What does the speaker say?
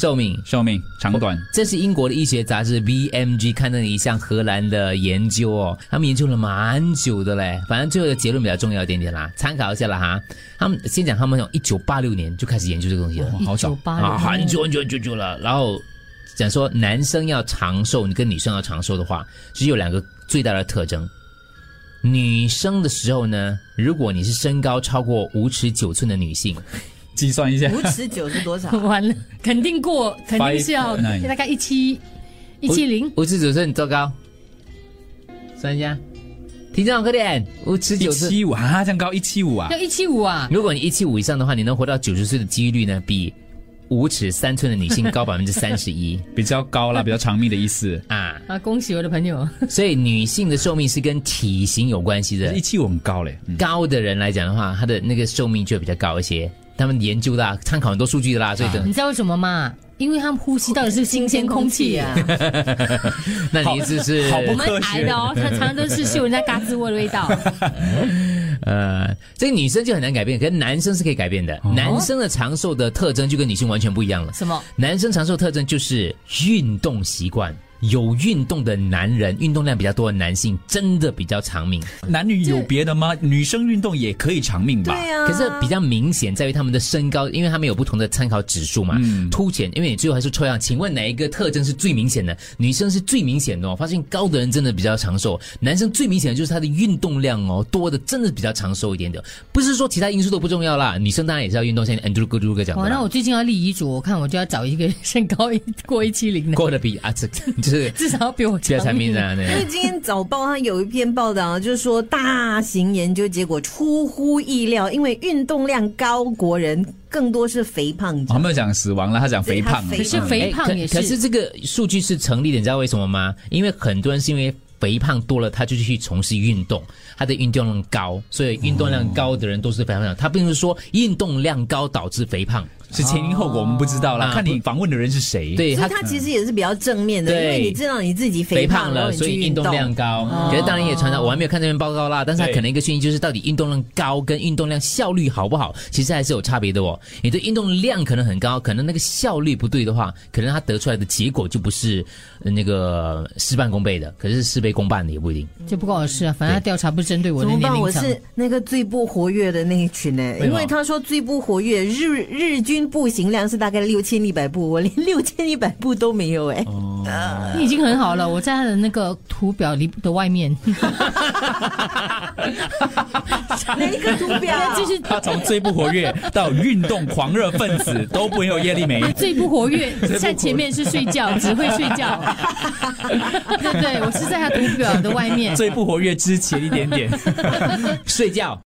寿命。寿命长短。这是英国的医学杂志 BMG 刊登的一项荷兰的研究哦，他们研究了蛮久的嘞，反正最后的结论比较重要一点点啦，参考一下啦哈。他们先讲他们从一九八六年就开始研究这个东西了，哇好一九少八啊，零很久很久很久很久了。然后讲说男生要长寿，你跟女生要长寿的话，只有两个最大的特征。女生的时候呢，如果你是身高超过五尺九寸的女性，计算 一下，五尺九是多少？ 完了，肯 定过，肯定是要 Five nine 大概一七一七零，五尺九寸多高？算一下，听众快点，五尺一九寸。七五啊，这样高一七五啊要，一七五 啊，如果你一七五以上的话，你能活到九十岁的几率呢，比五尺三寸的女性 高百分之三十一比较高啦，比较长命的意思。啊！啊，恭喜我的 朋友，所以女性的寿命是跟体型有关系的一。七五很高嘞，嗯高的人来讲的话，他的那个寿命就会比较高一些。他们研究啦，参考很多数据的啦，所啊以等，你知道为什么吗？因为他们呼吸到的是新鲜空 气啊，！那你意思是，好好我不们科学癌的哦，他常常都是嗅人家嘎吱窝的 味道，呃，这个女生就很难改变，可是男生是可以改变的。哦男生的长寿的特征就跟女性完全不一样了。什 么？男生长寿特征就是运动习惯，有运动的男人，运动量比较多的男性，真的比较长命。男女有别的吗？女生运动也可以长命吧？哦嗯对啊，可是比较明显在于他们的身高，因为他们有不同的参考指数嘛，嗯凸显，因为你最后还是抽样，请问哪一个特征是最明显的？女生是最明显的哦，发现高的人真的比较长寿，男生最明显的就是他的运动量哦多的真的比较长寿一点的，不是说其他因素都不重要啦，女生当然也是要运动，像 Andrew g o o d 讲哇，的那啦，我最近要立遗嘱，我看我就要找一个身高一过一七零 的，过得比啊这就是 至少要比我比较长长命命。啊，那因为样今天早报它有一篇报道啊，就是说大型研究结果出乎意料，因为运动量高国人更多是肥胖我哦者。还没有讲死亡了，他讲肥胖。嗯对他可是肥胖也哎可可是是这个数据是成立的，你知道为什么吗？因为很多人是因为肥胖多了，他就去从事运动，他的运动量高，所以运动量高的人都是肥胖的。他并不是说运动量高导致肥胖，是前因后果我们不知道啦，啊看你访问的人是谁。，对他所以它其实也是比较正面的，对因为你知道你自己肥胖胖然后了，你所去以运动动哦量高。可是当然也传达，我还没有看这篇报告啦，但是它对可能一个讯息就是，到底运动量高跟运动量效率好不好，其实还是有差别的哦。你的运动量可能很高，可能那个效率不对的话，可能它得出来的结果就不是呃那个事半功倍的，可是事倍功半的也不一定。 就不关我事啊，反正他调查不是针对我怎的么年办？我龄层。是那个最不活跃的那一群呢、为什因么为他说最不活跃，日日均步行量是大概六千一百步，我连六千一百步都没有哎、哦你已经很好了，我在他的那个图表里的外 面，哪一个图 表？就是他从最不活跃到运动狂热分子都不很有叶丽 梅。 最不活跃，在前面是睡觉，只会睡觉。 对对，我是在他图表的外面。最不活跃之前一点点。 睡觉。